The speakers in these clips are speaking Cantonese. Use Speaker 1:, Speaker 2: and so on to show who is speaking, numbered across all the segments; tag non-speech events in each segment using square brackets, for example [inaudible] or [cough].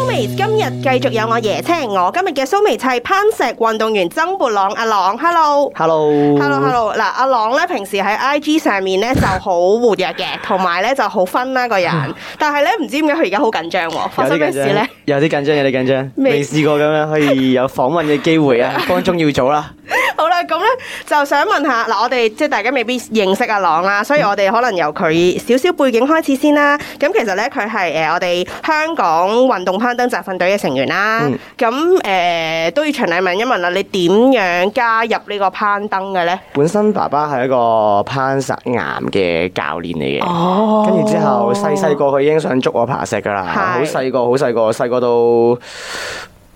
Speaker 1: 日繼續有我椰青，我今日嘅蘇眉砌攀石運動員曾勃朗阿朗，hello。
Speaker 2: Hello。
Speaker 1: Hello，Hello，嗱，阿朗咧平時喺 IG 上面咧就好活躍嘅，同埋咧就好 fun 啦個人，但係咧唔知點解佢而家好緊張喎，發
Speaker 2: 有
Speaker 1: 生
Speaker 2: 啲
Speaker 1: 咩
Speaker 2: 緊
Speaker 1: 事
Speaker 2: 張
Speaker 1: 咧？，
Speaker 2: 有啲緊張，有啲緊張，
Speaker 1: 未
Speaker 2: 未試過咁樣可以有訪問嘅機會啊！
Speaker 1: [laughs]
Speaker 2: 光宗耀祖啦，
Speaker 1: 好啦，咁咧就想問下嗱，我哋即係大家未必認識阿朗啦，所以我哋可能由佢少少背景開始先啦。咁其實咧佢係誒我哋香港運動攀登集訓隊嘅成員啦
Speaker 2: 嗯。
Speaker 1: 咁誒、呃都要循例問一問啦，你點樣加入呢個攀登嘅咧？
Speaker 2: 本身爸爸係一個攀石岩嘅教練嚟嘅。
Speaker 1: 哦
Speaker 2: 跟住之後，細細個佢已經想捉我爬石㗎啦，
Speaker 1: 係
Speaker 2: 好細個，好細個，細個到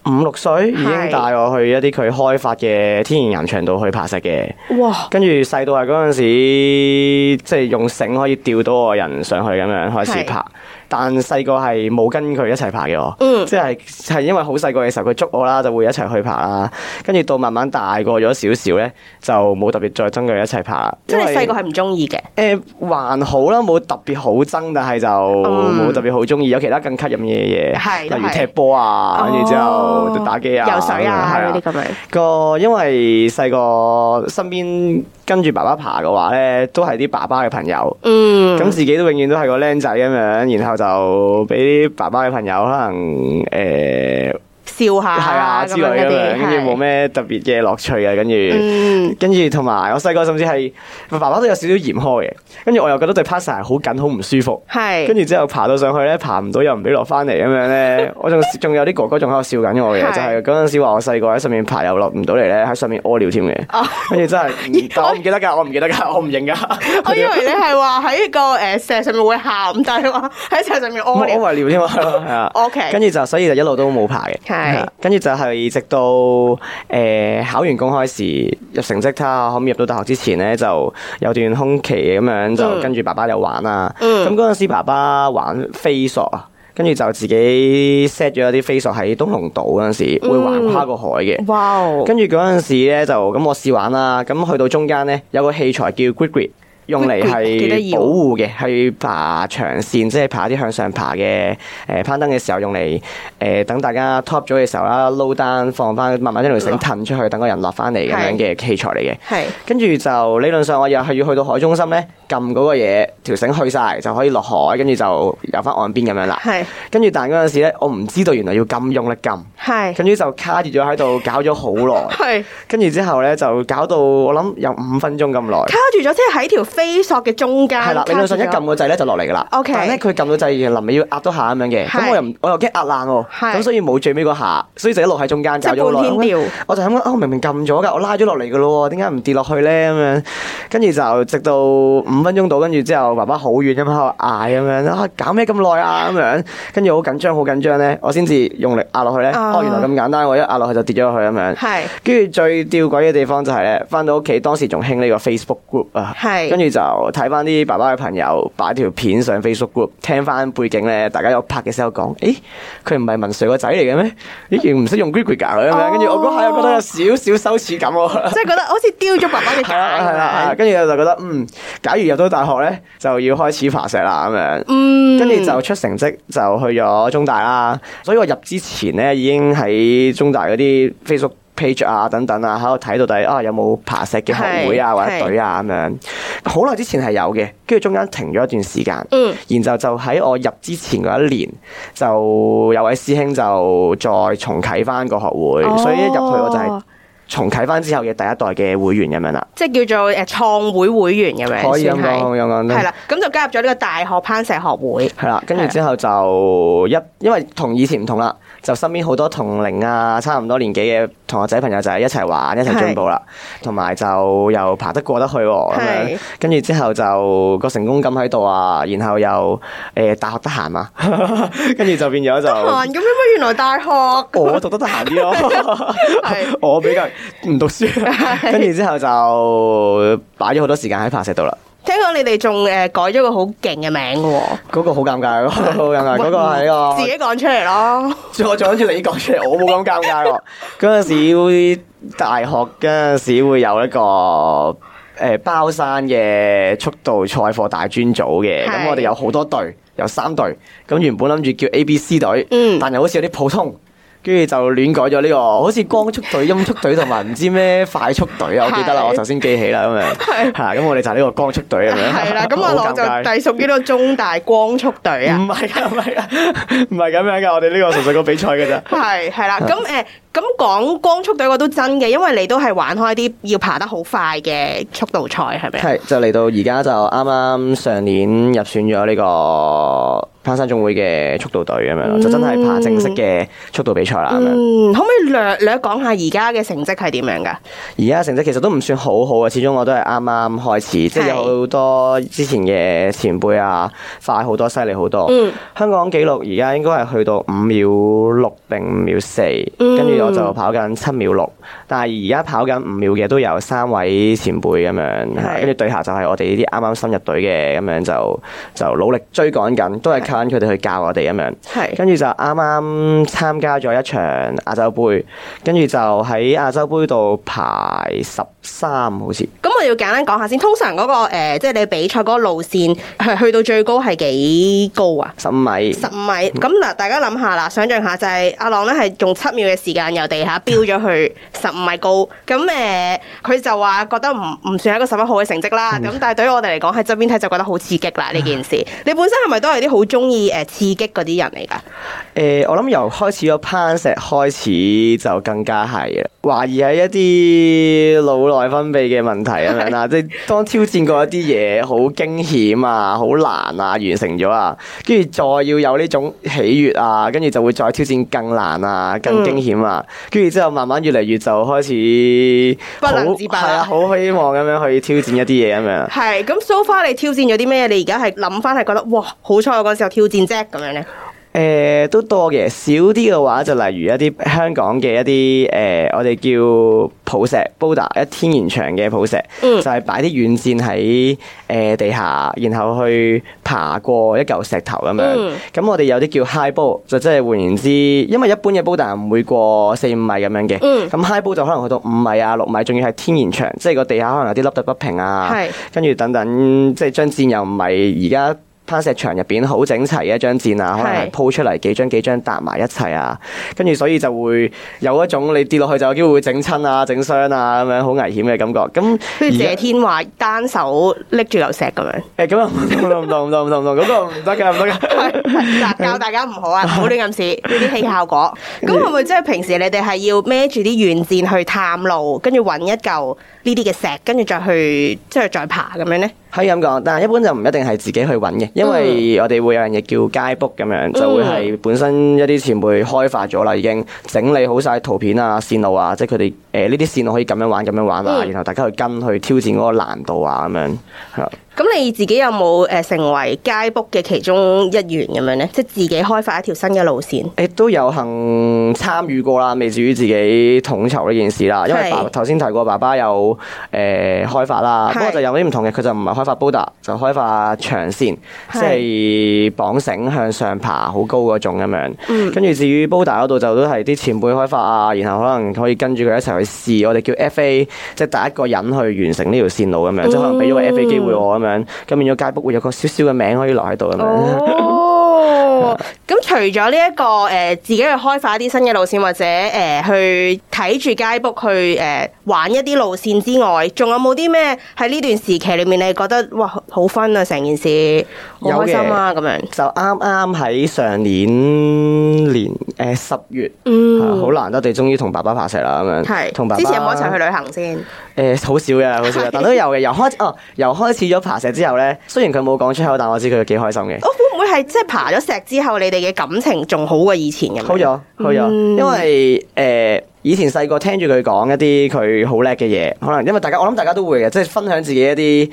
Speaker 2: 五六歲已經
Speaker 1: 係
Speaker 2: 帶我去一啲佢開發嘅天然岩場度去爬石嘅。
Speaker 1: 哇！
Speaker 2: 跟住細到係嗰陣時，即係用繩可以吊到個人上去咁樣開始爬。但細個係冇跟佢一齊爬嘅我，
Speaker 1: 嗯
Speaker 2: 即係係因為好細個嘅時候佢捉我啦，就會一齊去爬啦。跟住到慢慢大個咗少少咧，就冇特別再跟佢一齊爬啦。
Speaker 1: 即係你細個
Speaker 2: 係
Speaker 1: 係唔中意嘅，
Speaker 2: 誒還好啦，冇特別好憎，但係就
Speaker 1: 嗯
Speaker 2: 冇特別好中意。有其他更吸引
Speaker 1: 係
Speaker 2: 嘅嘢，例
Speaker 1: 係
Speaker 2: 如
Speaker 1: 哦
Speaker 2: 踢波啊，跟住之後打機啊、
Speaker 1: 游水啊
Speaker 2: 係
Speaker 1: 嗰啲咁樣。
Speaker 2: 個因為細個身邊跟住爸爸爬嘅話咧，都係啲爸爸嘅朋友，
Speaker 1: 嗯
Speaker 2: 咁、，自己都永遠都係個僆仔咁樣，然後就俾啲爸爸嘅朋友可能誒
Speaker 1: 笑下
Speaker 2: 係啊之
Speaker 1: 咁樣
Speaker 2: 類
Speaker 1: 嗰
Speaker 2: 咁
Speaker 1: 啲
Speaker 2: 樣，跟住冇。咩特別嘅樂趣啊，跟住。
Speaker 1: 係嗯。
Speaker 2: 跟住同埋我細個甚至係爸爸都有少少嚴苛嘅，跟住我又覺得對 pass 係好緊好唔舒服，
Speaker 1: 係，
Speaker 2: 跟住之後爬到上去咧，爬唔到又唔俾落翻嚟咁樣
Speaker 1: [laughs]
Speaker 2: 咧，我仲仲有啲哥哥仲喺度笑緊我嘅，
Speaker 1: 係
Speaker 2: 就係嗰陣時話我細個喺上面爬又落唔到嚟咧，喺上面屙尿添嘅，
Speaker 1: 哦
Speaker 2: 跟住真
Speaker 1: [laughs]
Speaker 2: 係，但我唔記得㗎，我唔記得㗎，我唔認㗎。
Speaker 1: 我以哦為你係話喺個誒石上面會喊，但係話喺石上面
Speaker 2: [laughs] 我
Speaker 1: 屙
Speaker 2: 屙
Speaker 1: 尿。
Speaker 2: 埋尿添啊，
Speaker 1: [laughs]
Speaker 2: 係啊。
Speaker 1: OK
Speaker 2: 跟住就所以就一路都冇爬嘅，
Speaker 1: 係嗯
Speaker 2: 啊跟住就係直到誒考完公開試入成績，睇下可唔可以入到大學之前咧，就有段空期咁樣，
Speaker 1: 嗯
Speaker 2: 就跟住爸爸又玩啦。咁嗰陣時爸爸玩飛索啊。跟住就自己 set 咗一啲飛索喺東龍島嗰陣時，
Speaker 1: 嗯
Speaker 2: 會橫跨個海嘅。
Speaker 1: 哇哦
Speaker 2: 跟住嗰陣時咧就咁我試玩啦，咁去到中間咧有個器材叫 grid grid。用嚟
Speaker 1: Grid-grid，幾得意喎
Speaker 2: 係保護嘅，係爬長線，即係爬啲向上爬嘅誒、呃攀登嘅時候用嚟誒、呃等大家 top 咗嘅時候啦，low down 放翻，慢慢一條繩褪出去，等個人落翻嚟咁樣嘅器材嚟嘅。
Speaker 1: 係
Speaker 2: 跟住就理論上我又係要去到海中心咧，撳嗰個嘢條繩去晒就可以落海，跟住就游翻岸邊咁樣啦。
Speaker 1: 係
Speaker 2: 跟住但嗰陣時咧，我唔知道原來要咁用力撳，
Speaker 1: 係
Speaker 2: 跟住就卡住咗喺度，搞咗好耐。
Speaker 1: 係
Speaker 2: 跟住之後咧就搞到我諗有五分鐘咁耐，
Speaker 1: 卡住咗，即係喺條飛索嘅中間。
Speaker 2: 係啦，理論上一撳個掣咧就落嚟噶啦。
Speaker 1: OK
Speaker 2: 但係咧佢撳到掣，臨尾要壓多下咁樣嘅，
Speaker 1: 係
Speaker 2: 咁我又唔我又驚壓爛喎，
Speaker 1: 係
Speaker 2: 咁所以冇最尾嗰下，所以就一路喺中間
Speaker 1: 即
Speaker 2: 搞
Speaker 1: 係
Speaker 2: 咗好耐。
Speaker 1: 半天吊
Speaker 2: 我就諗緊啊，我明明撳咗㗎，我拉咗落嚟㗎咯喎，點解唔跌落去咧？咁樣跟住就直到五分鐘到，跟住之後爸爸好遠咁喺度嗌咁樣啊，搞咩咁耐啊？咁樣跟住好緊張，好緊張咧，我先至用力壓落去咧。
Speaker 1: 啊
Speaker 2: 哦，原來咁簡單，我一壓落去就跌咗落去咁樣。
Speaker 1: 係
Speaker 2: 跟住最吊詭嘅地方就係咧，翻到屋企當時仲興呢個 Facebook group 啊，
Speaker 1: 係
Speaker 2: 跟住就睇翻啲爸爸嘅朋友擺條片上 Facebook group，聽翻背景咧，大家有拍嘅時候講，誒佢唔係文 Sir 個仔嚟嘅咩？咦，佢唔識用 g r i g r i 咁
Speaker 1: 哦
Speaker 2: 樣，跟住我嗰下又覺得有少少羞恥
Speaker 1: [laughs]
Speaker 2: 感喎。
Speaker 1: 即係覺得好似丟咗爸爸 [laughs] 嘅
Speaker 2: 係啦係啦，係啦
Speaker 1: 蛋咁樣。
Speaker 2: 跟住我就覺得嗯，假如入到大學咧，就要開始爬石啦咁樣。
Speaker 1: 嗯，
Speaker 2: 跟住就出成績就去咗中大啦。所以我入之前咧已經喺中大嗰啲 Facebook page 啊等等啊，喺度睇到底啊有冇爬石嘅學會啊
Speaker 1: 係
Speaker 2: 或者隊啊咁樣。好耐之前係有嘅，跟住中間停咗一段時間。
Speaker 1: 嗯
Speaker 2: 然後就喺我入之前嗰一年，就有位師兄就再重啟翻個學會，
Speaker 1: 哦
Speaker 2: 所以一入去我就係重啟翻之後嘅第一代嘅會員咁樣啦。
Speaker 1: 即係叫做誒創會會員咁樣，
Speaker 2: 可以咁
Speaker 1: 算係
Speaker 2: 講咁講
Speaker 1: 係啦，咁就加入咗呢個大學攀石學會。
Speaker 2: 係啦，
Speaker 1: 啊
Speaker 2: 跟住之後就一，因為同以前唔同啦，就身邊好多同齡啊，差唔多年紀嘅同學仔朋友就係一齊玩，一齊進步啦，同埋就又爬得過得去喎、咁
Speaker 1: 係
Speaker 2: 樣。跟住之後就個成功感喺度啊，然後又誒、呃大學得閒嘛， [laughs] 跟住就變咗就
Speaker 1: 閒咁樣咩？原來大學 [laughs]
Speaker 2: 我讀得得閒啲咯。
Speaker 1: 係
Speaker 2: 我比較唔讀書，跟住之後就擺咗好多時間喺爬石度啦。
Speaker 1: 聽講你哋仲誒改咗個好勁嘅名嘅喎。
Speaker 2: 嗰、個好尷尬，嗰、個好尷尬，嗰、個係個
Speaker 1: 自己講出嚟咯。
Speaker 2: 我仲諗住你講出嚟，我冇咁尷尬喎。 [laughs] 嗰陣時大學嗰陣時會有一個誒、呃包山嘅速度賽課大專組嘅，
Speaker 1: 係
Speaker 2: 咁我哋有好多隊，有三隊。咁原本諗住叫 A、B、C 隊，
Speaker 1: 嗯
Speaker 2: 但又好似有啲普通。跟住就亂改咗呢個，好似光速隊、音速隊同埋唔知咩快速隊啊，我記得啦，
Speaker 1: 係
Speaker 2: 我頭先記起啦咁樣，
Speaker 1: 係
Speaker 2: 係啦，咁我哋就係呢個光速隊咁樣，
Speaker 1: 係啦，咁阿
Speaker 2: 好
Speaker 1: 朗
Speaker 2: 尷
Speaker 1: 就
Speaker 2: 尬
Speaker 1: 隸屬於呢個中大光速隊啊。
Speaker 2: 唔係㗎，唔係㗎，唔係咁樣㗎，我哋呢個純粹個比賽㗎咋。
Speaker 1: 係係啦，咁誒咁講光速隊我都真嘅，因為你都係玩開啲要爬得好快嘅速度賽，係咪啊？
Speaker 2: 係就嚟到而家就啱啱上年入選咗呢個攀山總會嘅速度隊咁樣咯，就真係爬正式嘅速度比賽啦咁樣。
Speaker 1: 嗯，可唔可以略略講下而家嘅成績係點樣㗎？
Speaker 2: 而家成績其實都唔算好好啊，始終我都係啱啱開始，即係有好多之前嘅前輩啊，快好多，犀利好多。
Speaker 1: 嗯
Speaker 2: 香港紀錄而家應該係去到五秒六定五秒四，
Speaker 1: 嗯
Speaker 2: 跟住我就跑緊七秒六，但係而家跑緊五秒嘅都有三位前輩咁樣，
Speaker 1: 係
Speaker 2: 跟住對下就係我哋呢啲啱啱新入隊嘅咁樣就就努力追趕緊，都係靠緊佢哋去教我哋咁樣。
Speaker 1: 係
Speaker 2: 跟住就啱啱參加咗一場亞洲杯，跟住就喺亞洲杯度排十三，好似
Speaker 1: 咁我要簡單講下先，通常嗰、個、呃、即係你比賽嗰個路線係去到最高係幾高啊？
Speaker 2: 十五米。
Speaker 1: 十五米咁嗱，大家諗下啦，想象下就係、阿朗咧係用七秒嘅時間由地下飆咗去十五米高，咁誒佢就話覺得唔唔算係一個十分好嘅成績啦。咁、但係對於我哋嚟講喺側邊睇就覺得好刺激啦呢件事。你本身係咪都係啲好中意誒刺激嗰啲人嚟㗎？
Speaker 2: 誒、我諗由開始咗攀石開始就更加係啦，懷疑係一啲腦內分泌嘅問題咁
Speaker 1: [laughs]
Speaker 2: 樣啦，即係當挑戰過一啲嘢好驚險啊、好難啊、完成咗啊，跟住再要有呢種喜悅啊，跟住就會再挑戰更難啊、
Speaker 1: 嗯
Speaker 2: 更驚險啊，跟住之後慢慢越嚟越就開始
Speaker 1: 不能
Speaker 2: 好
Speaker 1: 自拔
Speaker 2: 係啊，
Speaker 1: 啦
Speaker 2: 好希望咁樣去挑戰一啲嘢咁樣。
Speaker 1: 係咁，so far 你挑戰咗啲咩？你而家係諗翻係覺得哇，好彩我嗰時候挑戰啫咁樣咧。
Speaker 2: 誒、呃都多嘅，少啲嘅話就例如一啲香港嘅一啲誒、呃我哋叫抱石 boulder 一天然牆嘅抱石，
Speaker 1: 嗯
Speaker 2: 就係擺啲軟墊喺誒地下，然後去爬過一嚿石頭咁樣。
Speaker 1: 嗯
Speaker 2: 咁、我哋有啲叫 high ball，就即係換言之，因為一般嘅 boulder 唔會過四五米咁樣嘅，咁、
Speaker 1: 嗯
Speaker 2: high ball 就可能去到五米啊六米，仲要係天然牆，即係個地下可能有啲凹凸不平啊。
Speaker 1: 係
Speaker 2: 跟住等等，即係張墊又唔係而家攀石場入邊好整齊嘅一張墊啊，可能
Speaker 1: 係
Speaker 2: 係鋪出嚟幾張幾張搭埋一齊啊，跟住所以就會有一種你跌落去就有機會會整親啊、整傷啊咁樣好危險嘅感覺。咁
Speaker 1: 跟住
Speaker 2: 而家
Speaker 1: 謝天華單手拎住嚿石咁樣，
Speaker 2: 誒咁又唔同唔同唔同唔同唔同，嗰個唔得㗎唔得㗎。
Speaker 1: 嗱教大家唔好啊，唔好亂咁試呢啲戲效果。咁係咪即係平時你哋係要孭住啲軟墊去探路，跟住揾一嚿呢啲嘅石，跟住再去即係再爬咁樣咧？
Speaker 2: 可以咁講，但係一般就唔一定係自己去揾嘅，因為我哋會有樣嘢叫街 book 咁樣，就會係本身一啲前輩開發咗啦，已經整理好晒圖片啊、線路啊，即係佢哋誒呢啲線路可以咁樣玩、咁樣玩啊，
Speaker 1: 嗯
Speaker 2: 然後大家去跟去挑戰嗰個難度啊咁樣，係啦。
Speaker 1: 咁你自己有冇誒成為街 book 嘅其中一員咁樣咧？即係自己開發一條新嘅路線。
Speaker 2: 亦都有幸參與過啦，未至於自己統籌呢件事啦。因為
Speaker 1: 係
Speaker 2: 爸頭先提過，爸爸有誒、呃、開發啦，
Speaker 1: 係
Speaker 2: 不過就有啲唔同嘅，佢就唔係開發 boulder，就開發長線，
Speaker 1: 係
Speaker 2: 即係綁繩向上爬好高嗰種咁樣。
Speaker 1: 嗯
Speaker 2: 跟住至於 boulder 嗰度就都係啲前輩開發啊，然後可能可以跟住佢一齊去試，我哋叫 FA，即係第一個人去完成呢條線路咁樣，即係可能俾咗個 FA 機會我咁樣，咁變咗街 book 會有個少少嘅名可以落喺 [laughs] 度咁樣。啊
Speaker 1: 哦，咁除咗呢一個誒、呃自己去開發一啲新嘅路線，或者誒、呃去睇住街 book 去誒、呃玩一啲路線之外，仲有冇啲咩喺呢段時期裏面你覺得哇好 fun 啊成件事，好
Speaker 2: 有
Speaker 1: 開
Speaker 2: 嘅
Speaker 1: 心啊咁樣？
Speaker 2: 就啱啱喺上年年誒十、月，
Speaker 1: 嗯
Speaker 2: 係啊好、難得地終於同爸爸爬石啦咁樣，
Speaker 1: 係，
Speaker 2: 同爸爸
Speaker 1: 之前有冇一齊去旅行先？
Speaker 2: 誒好、少嘅，好少
Speaker 1: [laughs]
Speaker 2: 嘅，但都有嘅。由開哦，由開始咗爬石之後咧，雖然佢冇講出口，但我知佢幾開心嘅。
Speaker 1: 我會唔會係即係爬咗石之後，你哋嘅感情仲好過以前咁樣？嗯
Speaker 2: 好咗，好咗，因為誒、呃以前細個聽住佢講一啲佢好叻嘅嘢，可能因為大家我諗大家都會嘅，即係分享自己一啲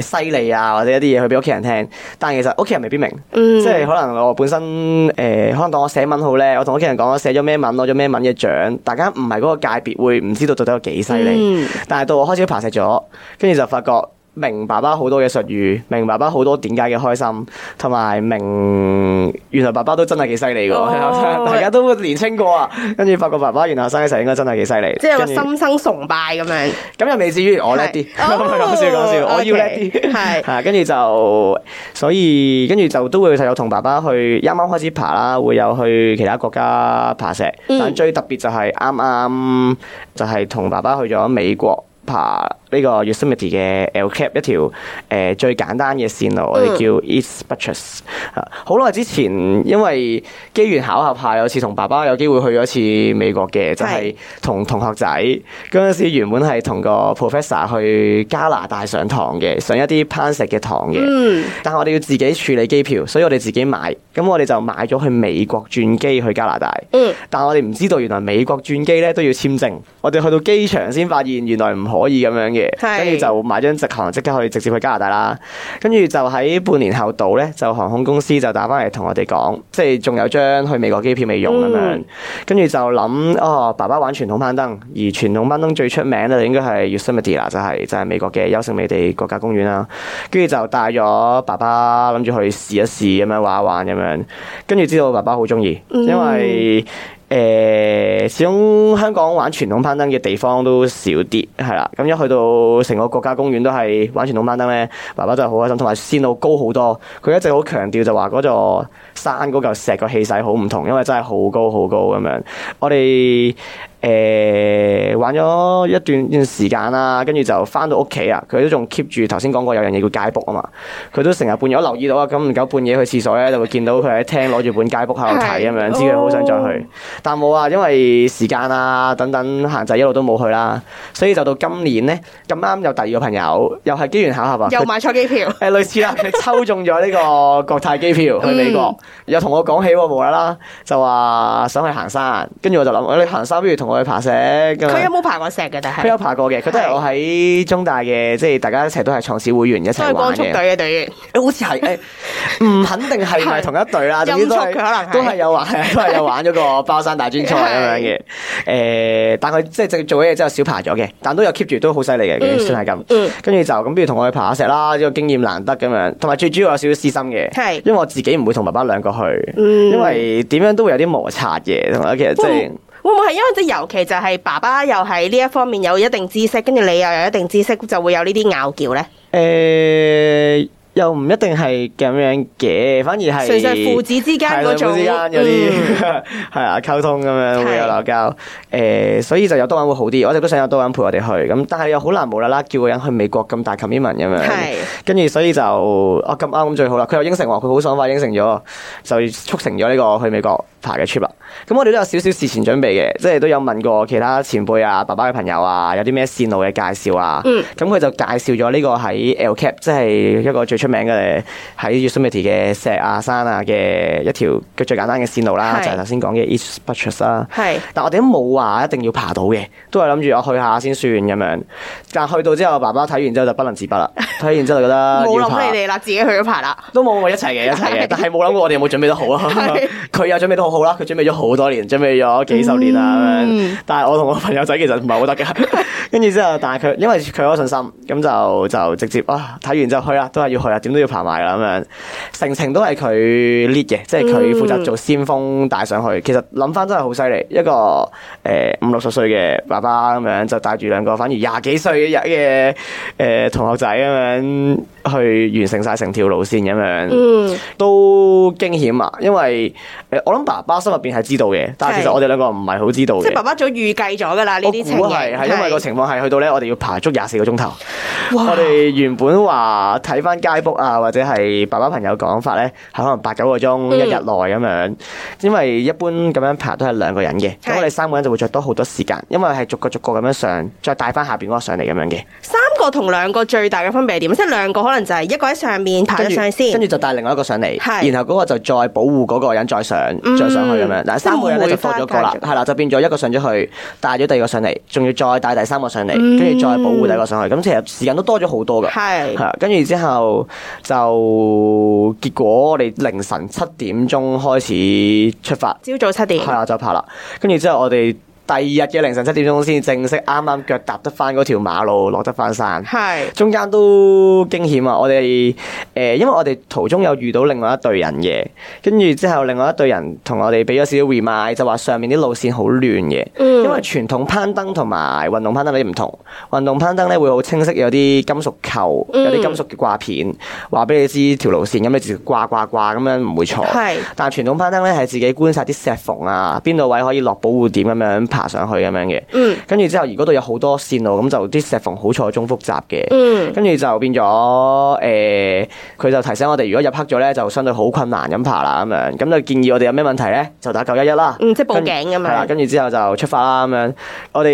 Speaker 2: 誒犀利啊或者一啲嘢去俾屋企人聽，但其實屋企人未必明，
Speaker 1: 嗯
Speaker 2: 即係可能我本身誒、呃可能當我寫文好叻，我同屋企人講我寫咗咩文，攞咗咩文嘅獎，大家唔係嗰個界別會唔知道到底有幾犀利，
Speaker 1: 嗯
Speaker 2: 但係到我開始爬石咗，跟住就發覺。明爸爸好多嘅術語，明爸爸好多點解嘅開心，同埋明原來爸爸都真係幾犀利嘅
Speaker 1: 哦
Speaker 2: 喎， [laughs] 大家都年青過啊，跟住發覺爸爸原來後生嘅時候應該真係幾犀利，
Speaker 1: 即係有個
Speaker 2: 跟住
Speaker 1: 心生崇拜咁樣。
Speaker 2: 咁又未至 [laughs] 於我叻啲，
Speaker 1: 係哦
Speaker 2: 講笑講笑，我要叻啲，
Speaker 1: OK，係
Speaker 2: 係啊跟住就所以跟住就都會有同爸爸去啱啱開始爬啦，會有去其他國家爬石，
Speaker 1: 嗯
Speaker 2: 但最特別就係啱啱就係同爸爸去咗美國。爬呢個 Yosemite 嘅 El Cap 一條誒、呃最簡單嘅線路，
Speaker 1: 嗯
Speaker 2: 我哋叫 East Buttress 啊。好耐之前，因為機緣巧合下，有次同爸爸有機會去咗一次美國嘅，就係、
Speaker 1: 係
Speaker 2: 同同學仔嗰陣時，原本係同個 professor 去加拿大上堂嘅，上一啲攀石嘅堂嘅。
Speaker 1: 嗯，
Speaker 2: 但係我哋要自己處理機票，所以我哋自己買。咁我哋就買咗去美國轉機去加拿大。
Speaker 1: 嗯
Speaker 2: 但我哋唔知道原來美國轉機咧都要簽證，我哋去到機場先發現原來唔可以咁樣
Speaker 1: 係
Speaker 2: 嘅，跟住就買張直航即刻去直接去加拿大啦。跟住就喺半年後度咧，就航空公司就打翻嚟同我哋講，即係仲有張去美國機票未用咁樣
Speaker 1: 嗯。
Speaker 2: 跟住就諗哦，爸爸玩傳統攀登，而傳統攀登最出名咧應該係 Yosemite 啦，就係、就係、美國嘅優勝美地國家公園啦。跟住就帶咗爸爸諗住去試一試咁樣玩一玩咁樣，跟住知道爸爸好中意，因為。誒、始終香港玩傳統攀登嘅地方都少啲，係啦。咁一去到成個國家公園都係玩傳統攀登咧，爸爸真係好開心，同埋線路高好多。佢一直好強調就話嗰座山嗰嚿石個氣勢好唔同，因為真係好高好高咁樣。我哋誒、玩咗一段段時間啦，跟住就翻到屋企啊，佢都仲 keep 住頭先講過有樣嘢叫街 book 啊嘛，佢都成日半夜我留意到啊，咁唔夠半夜去廁所咧，就會見到佢喺廳攞住本街 book 喺度睇咁樣，知佢好想再去。但冇啊，因為時間啊等等限制，一路都冇去啦。所以就到今年咧，咁啱有第二個朋友，又係機緣巧合啊。
Speaker 1: [laughs] 又
Speaker 2: 佢
Speaker 1: 買錯機
Speaker 2: [laughs]
Speaker 1: 票。
Speaker 2: 誒類似啦，佢抽中咗呢個國泰機票
Speaker 1: 嗯
Speaker 2: 去美國，又同我講起喎，無啦啦就話想去行山，跟住我就諗，喂你行山不如同我去爬石咁樣
Speaker 1: 佢有冇爬過石嘅？但
Speaker 2: 佢
Speaker 1: 係
Speaker 2: 有爬過嘅，佢都係
Speaker 1: 係
Speaker 2: 我喺中大嘅，即係大家一齊都係創始會員一
Speaker 1: 都
Speaker 2: 齊
Speaker 1: 係光
Speaker 2: 玩
Speaker 1: 速
Speaker 2: 嘅。
Speaker 1: 隊嘅隊員。
Speaker 2: 誒好似
Speaker 1: [laughs]
Speaker 2: 係誒，唔肯定係唔係同一隊啦，總之都
Speaker 1: 音速佢可能係
Speaker 2: 係都係有玩， [laughs] 都係有玩咗個包山大專賽咁樣嘅。誒，但佢即係正做咗嘢之後少爬咗嘅，但都有 keep 住，都好犀利
Speaker 1: 嗯
Speaker 2: 嘅，算係咁。
Speaker 1: 嗯，
Speaker 2: 跟住就咁，不如同我去爬下石啦，呢個經驗難得咁樣，同埋最主要有少少私心嘅，
Speaker 1: 係
Speaker 2: 因為我自己唔會同爸爸兩個去，
Speaker 1: 嗯
Speaker 2: 因為點樣都會有啲摩擦嘅，同埋其實即係。
Speaker 1: 會唔會係因為即係尤其就係爸爸又喺呢一方面有一定知識，跟住你又有一定知識，就會有呢啲拗撬咧？
Speaker 2: 诶、又唔一定係咁樣嘅，反而係
Speaker 1: 嗯純粹係父子之間
Speaker 2: 係
Speaker 1: 嗰
Speaker 2: 啦
Speaker 1: 種嗯
Speaker 2: 父子間嗰啲 [laughs] 係啊溝通咁樣會有鬧交。诶、所以就有多人會好啲，我哋都想有多人陪我哋去。咁但係又好難無啦啦叫個人去美國咁大 commitment 咁樣。
Speaker 1: 係
Speaker 2: 跟住所以就哦咁啱咁最好啦，佢又應承喎，佢好爽快應承咗，就促成咗呢個去美國爬嘅 trip 啦。咁我哋都有少少事前準備嘅，即係都有問過其他前輩啊、爸爸嘅朋友啊，有啲咩線路嘅介紹啊。
Speaker 1: 嗯
Speaker 2: 咁佢就介紹咗呢個喺 El Cap，即係一個最出名嘅喺 Yosemite 嘅石啊山啊嘅一條嘅最簡單嘅線路啦，
Speaker 1: 係
Speaker 2: 就係頭先講嘅 East Buttress 啦。
Speaker 1: 係
Speaker 2: 但我哋都冇話一定要爬到嘅，都係諗住我去下先算咁樣。但去到之後，爸爸睇完之後就不能自
Speaker 1: [laughs]
Speaker 2: 拔啦，睇完之後就覺得
Speaker 1: 冇
Speaker 2: 要
Speaker 1: 諗
Speaker 2: 爬
Speaker 1: 起。你啦，自己去咗爬啦。
Speaker 2: 都冇我一齊嘅，一齊嘅，但係冇諗過我哋有冇準備得好咯
Speaker 1: [laughs] 係。
Speaker 2: 佢有準備得好好啦，佢準備咗好多年，準備咗幾十年啦
Speaker 1: 嗯
Speaker 2: 咁樣。但係我同我朋友仔其實唔係好得㗎。 [laughs] 跟住之後，但係佢因為佢有信心，咁就就直接啊睇完之後去啦，都係要去啦，點都要爬埋啦咁樣。成程都係佢 lead 嘅，即係佢負責做先鋒帶上去。其實諗翻真係好犀利，一個誒五六十歲嘅爸爸咁樣就帶住兩個反而廿幾歲嘅誒同學仔咁樣去完成晒成條路線咁樣。
Speaker 1: 嗯，
Speaker 2: 都驚險啊！因為誒、呃我諗爸爸心入邊係知道嘅，但係其
Speaker 1: 係
Speaker 2: 實我哋兩個唔係好知道
Speaker 1: 即係
Speaker 2: 嘅
Speaker 1: 爸。爸早預計咗㗎啦，呢
Speaker 2: 我
Speaker 1: 啲
Speaker 2: 估
Speaker 1: 情形
Speaker 2: 係係因為個情況係去到咧，我哋要爬足廿四個鐘頭。
Speaker 1: 哇
Speaker 2: 我哋原本話睇翻街 book 啊，或者係爸爸朋友講法咧，係可能八九個鐘一日內咁樣，因為一般咁樣爬都係兩個人嘅，
Speaker 1: 係
Speaker 2: 咁我哋三個人就會着多好多時間，因為係逐個逐個咁樣上，再帶翻下邊嗰個上嚟咁樣嘅。
Speaker 1: 三個同兩個最大嘅分別係點？即係兩個可能就係一個喺上面爬咗上先
Speaker 2: 跟住，就帶另外一個上嚟，
Speaker 1: 係
Speaker 2: 然後嗰個就再保護嗰個人再上，
Speaker 1: 嗯
Speaker 2: 再上去咁樣。嗱，三個人咧
Speaker 1: 即係
Speaker 2: 就多咗個
Speaker 1: 回花
Speaker 2: 啦
Speaker 1: 界，
Speaker 2: 係啦，就變咗一個上咗去，帶咗第二個上嚟，仲要再帶第三個上嚟，跟住再保護第二個上去。咁其實時間都多咗好多㗎。係
Speaker 1: 嗯係
Speaker 2: 啊跟住之後就結果我哋凌晨七點鐘開始出發，
Speaker 1: 朝早七點
Speaker 2: 係。啦就拍啦。跟住之後我哋第二日嘅凌晨七點鐘先正式啱啱腳踏得翻嗰條馬路，落得翻山。
Speaker 1: 係
Speaker 2: 中間都驚險啊！我哋誒、呃因為我哋途中有遇到另外一隊人嘅，跟住之後另外一隊人同我哋俾咗少少 remind，就話上面啲路線好亂嘅，
Speaker 1: 嗯
Speaker 2: 因為傳統攀登同埋運動攀登有啲唔同。運動攀登咧會好清晰有啲金屬扣，有啲金屬嘅掛片，話俾你知條路線，咁你直接掛掛掛咁樣唔會錯。
Speaker 1: 係
Speaker 2: 但係傳統攀登咧係自己觀察啲石縫啊，邊度位可以落保護點咁樣爬上去咁樣嘅。
Speaker 1: 嗯
Speaker 2: 跟住之後，而嗰度有好多線路，咁就啲石縫好錯綜複雜嘅。
Speaker 1: 嗯
Speaker 2: [laughs] 跟住就變咗誒，呃佢、就提醒我哋，如果入黑咗咧，就相對好困難咁爬啦咁樣。咁就建議我哋有咩問題咧，就打九一一啦。
Speaker 1: 嗯即係報
Speaker 2: 跟
Speaker 1: 警咁樣
Speaker 2: 係啦，跟住之後就出發啦咁樣。我哋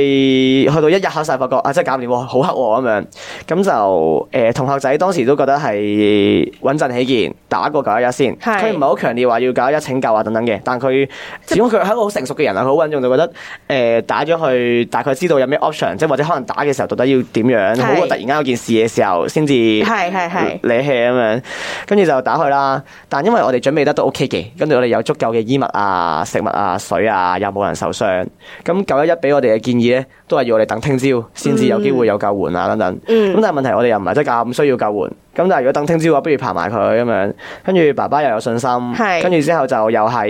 Speaker 2: 去到一日黑晒，發覺啊，真係搞唔掂喎，好黑喎咁樣。咁就誒、呃同學仔當時都覺得係穩陣起見，打過九一一先。
Speaker 1: 係
Speaker 2: 佢唔係好強烈話要九一一請教啊等等嘅，但佢始終佢係一個好成熟嘅人啊，佢好穩重就覺得誒、呃打咗去大概知道有咩 option，即係或者可能打嘅時候到底要點樣，
Speaker 1: 係
Speaker 2: 好過突然間有件事嘅時候先至。
Speaker 1: 係係係
Speaker 2: 你 hea 咁樣，跟住就打佢啦。但因為我哋準備得都 OK 嘅，跟住我哋有足夠嘅衣物啊、食物啊、水啊，又冇人受傷。咁九一一俾我哋嘅建議咧，都係要我哋等聽朝先至有機會有救援啊等等。咁、
Speaker 1: 嗯
Speaker 2: 但係問題我哋又唔係真係咁需要救援。咁但係如果等聽朝嘅話，不如爬埋佢咁樣。跟住爸爸又有信心
Speaker 1: 係，
Speaker 2: 跟住之後就又喺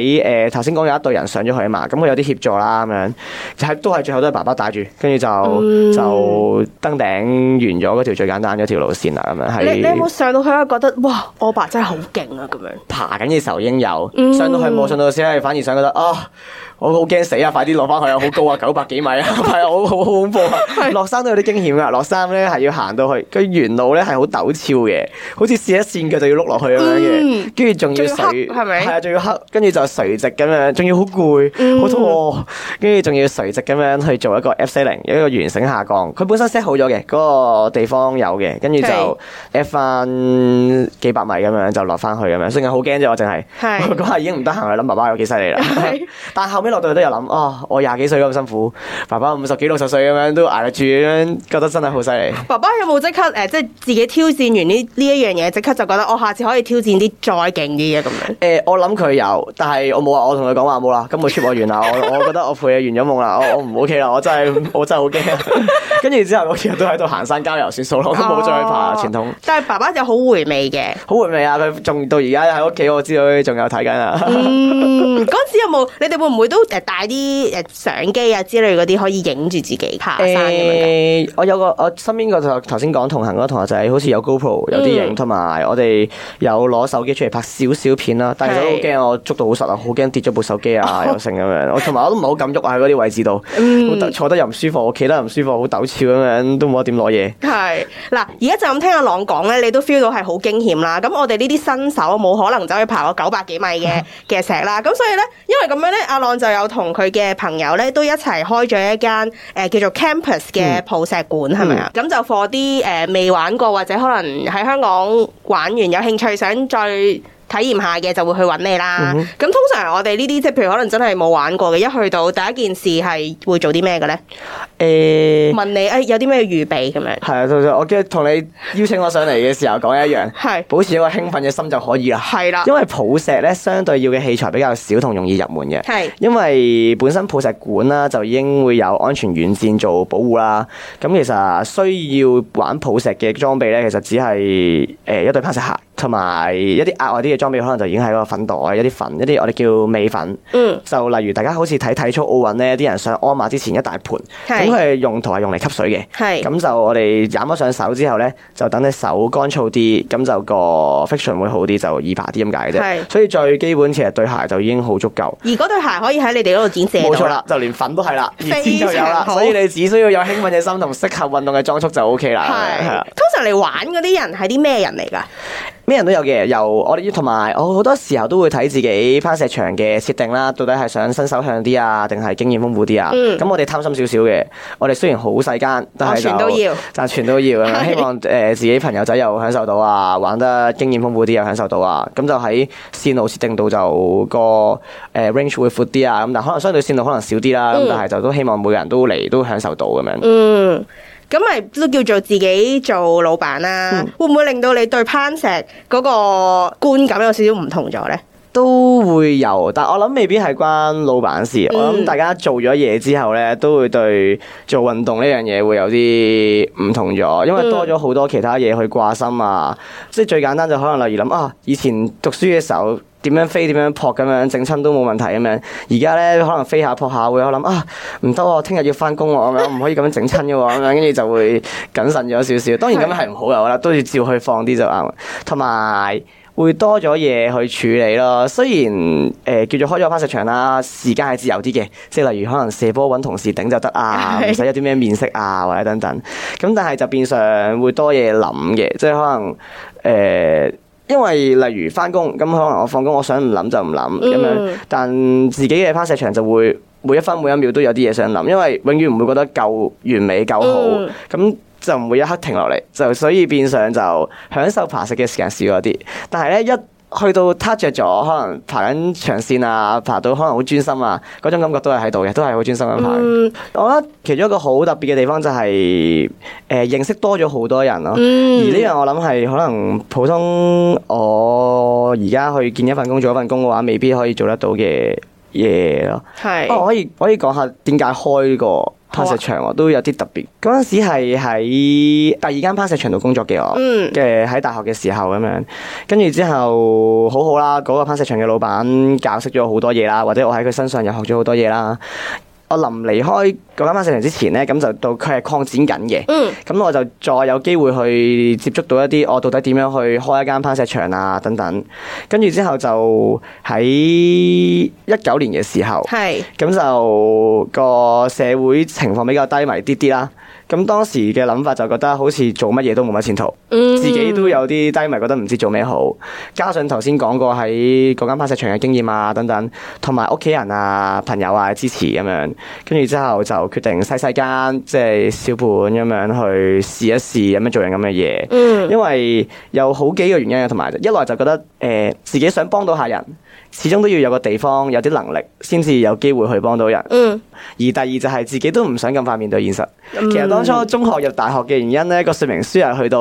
Speaker 2: 誒頭先講有一隊人上咗去嘛，咁佢有啲協助啦咁樣，就係都係最後都係爸爸帶住，跟住就、
Speaker 1: 嗯
Speaker 2: 就登頂完咗嗰條最簡單嗰條路線啦咁樣。係
Speaker 1: 你你有冇上到去啊？覺得哇，我爸真係好勁啊！咁樣
Speaker 2: 爬緊嘅時候已經有，
Speaker 1: 嗯
Speaker 2: 上到去冇上到先，反而想覺得啊，我好驚死啊！快啲落翻去啊！好
Speaker 1: [laughs]
Speaker 2: 高啊，九百幾米啊，係啊，好好好恐怖啊！落山都有啲驚險噶，落山咧係要行到去，佢沿路咧係好陡峭嘅，好似跣一跣腳就要碌落去咁樣
Speaker 1: 嗯
Speaker 2: 嘅，跟住仲要
Speaker 1: 仲要黑
Speaker 2: 垂，
Speaker 1: 係咪
Speaker 2: 係啊，仲要黑，跟住就垂直咁樣，仲要好
Speaker 1: 嗯
Speaker 2: 攰，好肚餓，跟住仲要垂直咁樣去做一個 F 四零，一個圓繩下降。佢本身 set 好咗嘅，嗰個地方有嘅，跟住
Speaker 1: 係
Speaker 2: 就 F 翻幾百米咁樣就落翻去咁樣，雖然好驚啫，我淨係。
Speaker 1: 係
Speaker 2: [laughs] 我嗰下已經唔得閒去諗爸爸有幾犀利啦
Speaker 1: 係。
Speaker 2: [laughs] 但後尾落到去都有諗，哦，我廿幾歲咁辛苦，爸爸五十幾六十歲咁樣都捱得住咁樣，覺得真係好犀利。
Speaker 1: 爸爸有冇即刻誒、即係自己挑戰完呢呢一樣嘢，即刻就覺得我哦下次可以挑戰啲再勁啲嘅咁樣？
Speaker 2: 誒、我諗佢有，但係我冇話，我同佢講話冇啦，今個 trip 我完啦，我我覺得我陪你完咗夢啦，我我唔 OK 啦，我真係我真係好驚。跟住之後嗰幾日都喺度行山郊遊算數咯，我都冇再去爬傳統
Speaker 1: 哦。但係爸爸就好回味 [laughs] 嘅。
Speaker 2: 好回味啊！佢仲到而家喺屋企，我知道佢仲有睇緊啊。
Speaker 1: 嗯，嗰陣時有冇你哋會唔會都誒帶啲誒相機啊之類嗰啲可以影住自己爬山咁樣㗎？
Speaker 2: 誒、我有個我身邊個同學頭先講同行嗰個同學仔，好似有 GoPro
Speaker 1: 嗯
Speaker 2: 有啲影，同埋、我哋有攞手機出嚟拍少少片啦。但係
Speaker 1: 係哦
Speaker 2: 其實都好驚，我捉到好實啊，好驚跌咗部手機
Speaker 1: [laughs]
Speaker 2: 啊，又剩咁樣。我同埋我都唔係好敢喐啊，喺嗰啲位置度，
Speaker 1: 嗯
Speaker 2: 好得坐得又唔舒服，我企得又唔舒服，好陡峭咁樣，都冇得點攞嘢。
Speaker 1: 係嗱，而家就咁聽阿朗講咧，你都 feel 到係好驚險啦。咁我哋呢啲新手冇可能走去爬個九百幾米嘅嘅石啦。咁所以咧，因為咁樣咧，阿朗就有同佢嘅朋友咧都一齊開咗一間誒、呃叫做 Campus 嘅抱石館，係咪啊？咁就 for 啲誒未玩過或者可能喺香港玩完有興趣想再。體驗下嘅就會去揾你啦。
Speaker 2: 嗯
Speaker 1: 咁、通常我哋呢啲即係譬如可能真係冇玩過嘅，一去到第一件事係會做啲咩嘅咧？
Speaker 2: 誒、
Speaker 1: 問你誒、哎有啲咩預備咁樣？
Speaker 2: 係啊，就就我記得同你邀請我上嚟嘅時候講一樣，
Speaker 1: 係
Speaker 2: 保持一個興奮嘅心就可以啦。
Speaker 1: 係啦。
Speaker 2: 因為抱石咧，相對要嘅器材比較少同容易入門嘅。
Speaker 1: 係
Speaker 2: 因為本身抱石館啦，就已經會有安全軟墊做保護啦。咁其實需要玩抱石嘅裝備咧，其實只係誒、呃一對攀石鞋，同埋一啲額外啲嘅裝備，可能就已經係個粉袋、一啲粉、一啲我哋叫尾粉。
Speaker 1: 嗯
Speaker 2: 就例如大家好似睇體操奧運咧，啲人上鞍馬之前一大盤，
Speaker 1: 係
Speaker 2: 咁佢嘅用途係用嚟吸水嘅。
Speaker 1: 係
Speaker 2: 咁就我哋染咗上手之後咧，就等你手乾燥啲，咁就個 friction 會好啲，就易爬啲咁解
Speaker 1: 係
Speaker 2: 啫。所以最基本其實對鞋就已經好足夠。
Speaker 1: 而嗰對鞋可以喺你哋嗰度展示
Speaker 2: 冇
Speaker 1: 到
Speaker 2: 錯啦，，就連粉都係啦，熱
Speaker 1: 非
Speaker 2: 天就有啦
Speaker 1: 常，好
Speaker 2: 所以你只需要有興奮嘅心同適合運動嘅裝束就 O K 啦。係
Speaker 1: 係
Speaker 2: 啊
Speaker 1: 通常嚟玩嗰啲人係啲咩人嚟㗎？
Speaker 2: 咩人都有嘅，由我哋同埋我好多時候都會睇自己攀石場嘅設定啦，到底係想新手向啲啊，定係經驗豐富啲啊？
Speaker 1: 嗯
Speaker 2: 咁、我哋貪心少少嘅，我哋雖然好細間，但係就
Speaker 1: 全都要
Speaker 2: 就全都要咁
Speaker 1: [laughs]
Speaker 2: 樣
Speaker 1: 係
Speaker 2: 希望誒、呃自己朋友仔又享受到啊，玩得經驗豐富啲又享受到啊，咁就喺線路設定度就個誒、呃 range 會闊啲啊，咁但可能相對線路可能少啲啦，咁、但係就都希望每個人都嚟都享受到咁樣。
Speaker 1: 嗯，咁咪都叫做自己做老
Speaker 2: 嗯
Speaker 1: 闆啦。會唔會令到你對攀石嗰個觀感有少少唔同咗咧？
Speaker 2: 都會有，但我諗未必係關老闆事。我諗大家做咗嘢之後咧，都會對做運動呢樣嘢會有啲唔同咗，因為多咗好多其他嘢去掛心啊。即係最簡單就可能例如諗啊，以前讀書嘅時候。點樣飛點樣撲咁樣整親都冇問題咁樣，而家咧可能飛下撲下會我諗啊唔得喎，聽日要翻工喎咁樣，唔可以咁樣整親嘅喎咁樣，跟住就會謹慎咗少少。當然咁樣係唔好嘅，我覺得都要照去放啲就啱。同埋會多咗嘢去處理咯。雖然誒、呃叫做開咗翻食場啦，時間係自由啲嘅，即係例如可能射波揾同事頂就得
Speaker 1: [laughs]
Speaker 2: 啊，
Speaker 1: 係
Speaker 2: 唔使有啲咩面色啊或者等等。咁但係就變相會多嘢諗嘅，即係可能誒。呃因為例如翻工，咁可能我放工，我想唔諗就唔諗咁樣
Speaker 1: 嗯，
Speaker 2: 但自己嘅攀石場就會每一分每一秒都有啲嘢想諗，因為永遠唔會覺得夠完美夠好，
Speaker 1: 嗯
Speaker 2: 咁、就唔會一刻停落嚟，就所以變相就享受爬石嘅時間少咗啲，但係咧一。去到 touch 着咗，可能爬緊長線啊，爬到可能好專心啊，嗰種感覺都係喺度嘅，都係好專心咁爬嘅。
Speaker 1: 嗯
Speaker 2: 我覺得其中一個好特別嘅地方就係、誒、認識多咗好多人咯。而呢
Speaker 1: 嗯，
Speaker 2: 樣我諗係可能普通我而家去見一份工做一份工嘅話，未必可以做得到嘅嘢咯。
Speaker 1: 係
Speaker 2: 哦，可以可以講下點解開個
Speaker 1: 啊
Speaker 2: 攀石場喎，都有啲特別。嗰陣時係喺第二間攀石場度工作嘅我。
Speaker 1: 嗯
Speaker 2: 嘅喺大學嘅時候咁樣，跟住之後好好啦，嗰、個攀石場嘅老闆教識咗我好多嘢啦，或者我喺佢身上又學咗好多嘢啦。我臨離開嗰間攀石場之前咧，咁就到佢係擴展緊嘅，
Speaker 1: 嗯
Speaker 2: 咁我就再有機會去接觸到一啲我到底點樣去開一間攀石場啊等等。跟住之後就喺一九年嘅時候。
Speaker 1: 係
Speaker 2: 咁就個社會情況比較低迷啲啲啦。咁當時嘅諗法就覺得好似做乜嘢都冇乜前途，
Speaker 1: 嗯
Speaker 2: 自己都有啲低迷，覺得唔知做咩好。加上頭先講過喺嗰間攀石場嘅經驗啊等等，同埋屋企人啊、朋友啊支持咁樣，跟住之後就決定細細間即係小本咁樣去試一試咁樣做樣咁嘅嘢。
Speaker 1: 嗯
Speaker 2: 因為有好幾個原因嘅，同埋一來就覺得誒、呃自己想幫到下人，始終都要有個地方有啲能力，先至有機會去幫到人。
Speaker 1: 嗯
Speaker 2: 而第二就係自己都唔想咁快面對現實。其實當初中學入大學嘅原因咧，個說明書係去到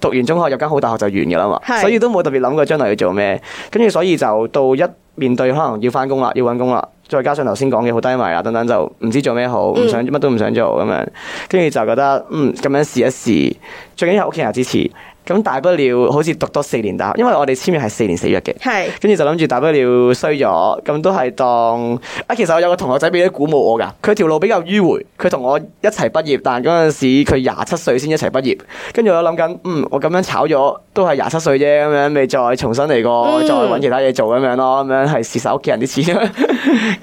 Speaker 2: 讀完中學入間好大學就完㗎啦嘛，
Speaker 1: 係
Speaker 2: 所以都冇特別諗過將來要做咩。跟住所以就到一面對可能要翻工啦，要揾工啦，再加上頭先講嘅好低迷啊等等，就唔知做咩好，唔想乜都唔想做咁樣。跟住就覺得嗯咁樣試一試，最緊要係屋企人支持。咁大不了好似讀多四年大學，因為我哋簽約係四年四月嘅。
Speaker 1: 係
Speaker 2: 跟住就諗住大不了衰咗，咁都係當啊。其實我有個同學仔俾啲鼓舞我㗎，佢條路比較迂迴，佢同我一齊畢業，但嗰陣時佢廿七歲先一齊畢業。跟住我諗緊，嗯，我咁樣炒咗都係廿七歲啫，咁樣咪再重新嚟過，
Speaker 1: 嗯
Speaker 2: 再揾其他嘢做咁樣咯，咁樣係蝕晒屋企人啲錢。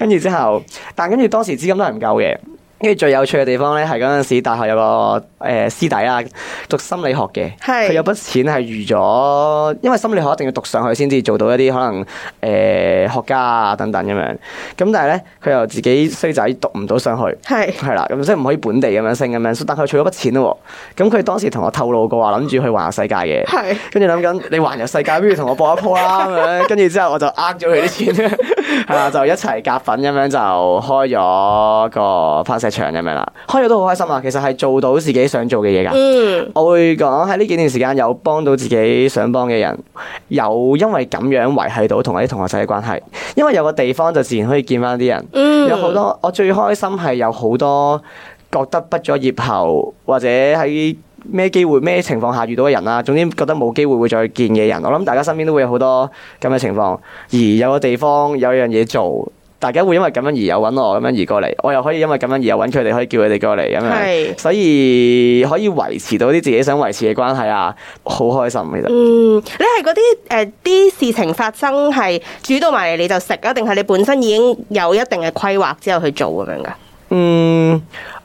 Speaker 2: [laughs] 跟住之後，但跟住當時資金都係唔夠嘅。跟住最有趣嘅地方咧，係嗰陣時大學有個誒、呃、師弟啦，讀心理學嘅，
Speaker 1: 係
Speaker 2: 佢有筆錢係預咗，因為心理學一定要讀上去先至做到一啲可能誒、呃、學家啊等等咁樣。咁但係咧，佢又自己衰仔讀唔到上去。
Speaker 1: 係
Speaker 2: 係啦，咁即係唔可以本地咁樣升咁樣，但佢取咗筆錢咯喎。咁佢當時同我透露過話，諗住去環遊世界嘅。
Speaker 1: 係
Speaker 2: 跟住諗緊，你環遊世界，不如同我搏一鋪啦咁樣。跟住之後我就呃咗佢啲錢，係啦，就一齊夾份咁樣就開咗個攀石場咁樣啦。開咗都好開心啊！其實係做到自己想做嘅嘢㗎。
Speaker 1: 嗯
Speaker 2: 我會講喺呢幾段時間有幫到自己想幫嘅人，有因為咁樣維係到同我啲同學仔嘅關係，因為有個地方就自然可以見翻啲人。
Speaker 1: 嗯
Speaker 2: 有好多，我最開心係有好多覺得畢咗業後或者喺咩機會咩情況下遇到嘅人啦，總之覺得冇機會會再見嘅人，我啊諗大家身邊都會有好多咁嘅情況，而有個地方有樣嘢做。大家會因為咁樣而有揾我，咁樣而過嚟，我又可以因為咁樣而有揾佢哋，可以叫佢哋過嚟咁樣，
Speaker 1: 係
Speaker 2: 所以可以維持到啲自己想維持嘅關係啊，好開心其實。
Speaker 1: 嗯，你係嗰啲誒啲事情發生係煮到埋嚟你就食啊，定係你本身已經有一定嘅規劃之後去做咁樣
Speaker 2: 啊
Speaker 1: 噶？
Speaker 2: 嗯，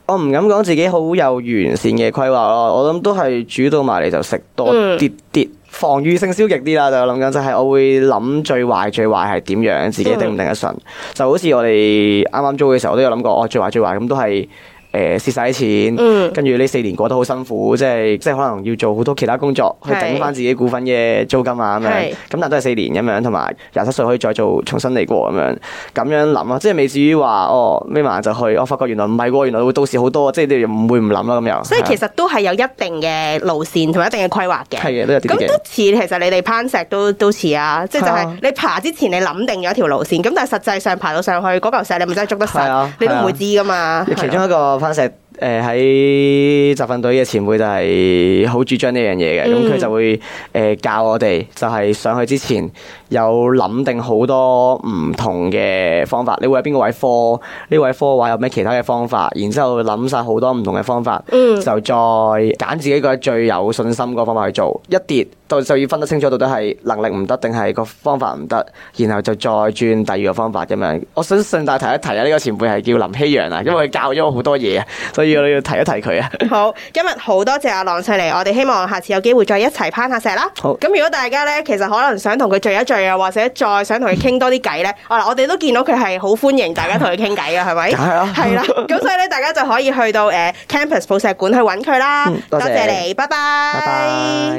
Speaker 2: 我唔敢講自己好有完善嘅規劃咯，我諗都係煮到埋嚟就食多啲啲，防禦性消極啲啦。就諗緊就係我會諗最壞最壞係點樣，自己頂唔頂得順。就好似我哋啱啱租嘅時候，我都有諗過，我、最壞最壞咁都係。誒、誒蝕晒啲錢，
Speaker 1: 嗯
Speaker 2: 跟住呢四年過得好辛苦，即係即係可能要做好多其他工作去
Speaker 1: 係
Speaker 2: 頂翻自己股份嘅租金啊咁
Speaker 1: 係
Speaker 2: 樣。咁但係都係四年咁樣，同埋廿七歲可以再做重新嚟過咁樣，咁樣諗啊咯，即係未至於話哦孭埋就去，我發覺原來唔係喎，原來會到時好多，即係你唔會唔諗啦咁樣。
Speaker 1: 所以其
Speaker 2: 實
Speaker 1: 實都係有一定嘅路線同埋一定嘅規劃嘅。
Speaker 2: 係嘅，都有啲
Speaker 1: 咁
Speaker 2: 啲
Speaker 1: 都
Speaker 2: 嘅。
Speaker 1: 似，其實你哋攀石都都似啊，即係就
Speaker 2: 係
Speaker 1: 係
Speaker 2: 啊
Speaker 1: 你爬之前你諗定咗一條路線，咁但係實際上爬到上去嗰嚿石你咪真係捉得
Speaker 2: 係
Speaker 1: 實
Speaker 2: 啊，
Speaker 1: 你都唔會知噶嘛。係啊
Speaker 2: 其
Speaker 1: 咯
Speaker 2: 中一個攀石誒喺集訓隊嘅前輩就係好主張呢樣嘢嘅，咁佢、
Speaker 1: 嗯
Speaker 2: 就會誒、呃教我哋就係上去之前有諗定好多唔同嘅方法，你會喺邊個位科？呢位科嘅話有咩其他嘅方法？然之後諗晒好多唔同嘅方法，就再揀自己個最有信心嗰個方法去做。一跌到就要分得清楚，到底係能力唔得定係個方法唔得，然後就再轉第二個方法咁樣。我想順帶提一提啊，呢、個前輩係叫林希陽啊，因為佢教咗我好多嘢啊，所以我要提一提佢啊。
Speaker 1: [laughs] 好，今日好多謝阿朗上嚟，我哋希望下次有機會再一齊攀下石啦。
Speaker 2: 好
Speaker 1: 咁如果大家咧，其實可能想同佢聚一聚啊，或者再想同佢傾多啲偈咧，啊，我哋都見到佢係好歡迎大家同佢傾偈嘅，係咪？
Speaker 2: 梗係啦
Speaker 1: 係啦。咁所以咧，大家就可以去到誒、呃 Campus 寶石館去揾佢啦。
Speaker 2: 嗯多謝
Speaker 1: 謝你，拜拜
Speaker 2: 拜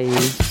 Speaker 2: 拜。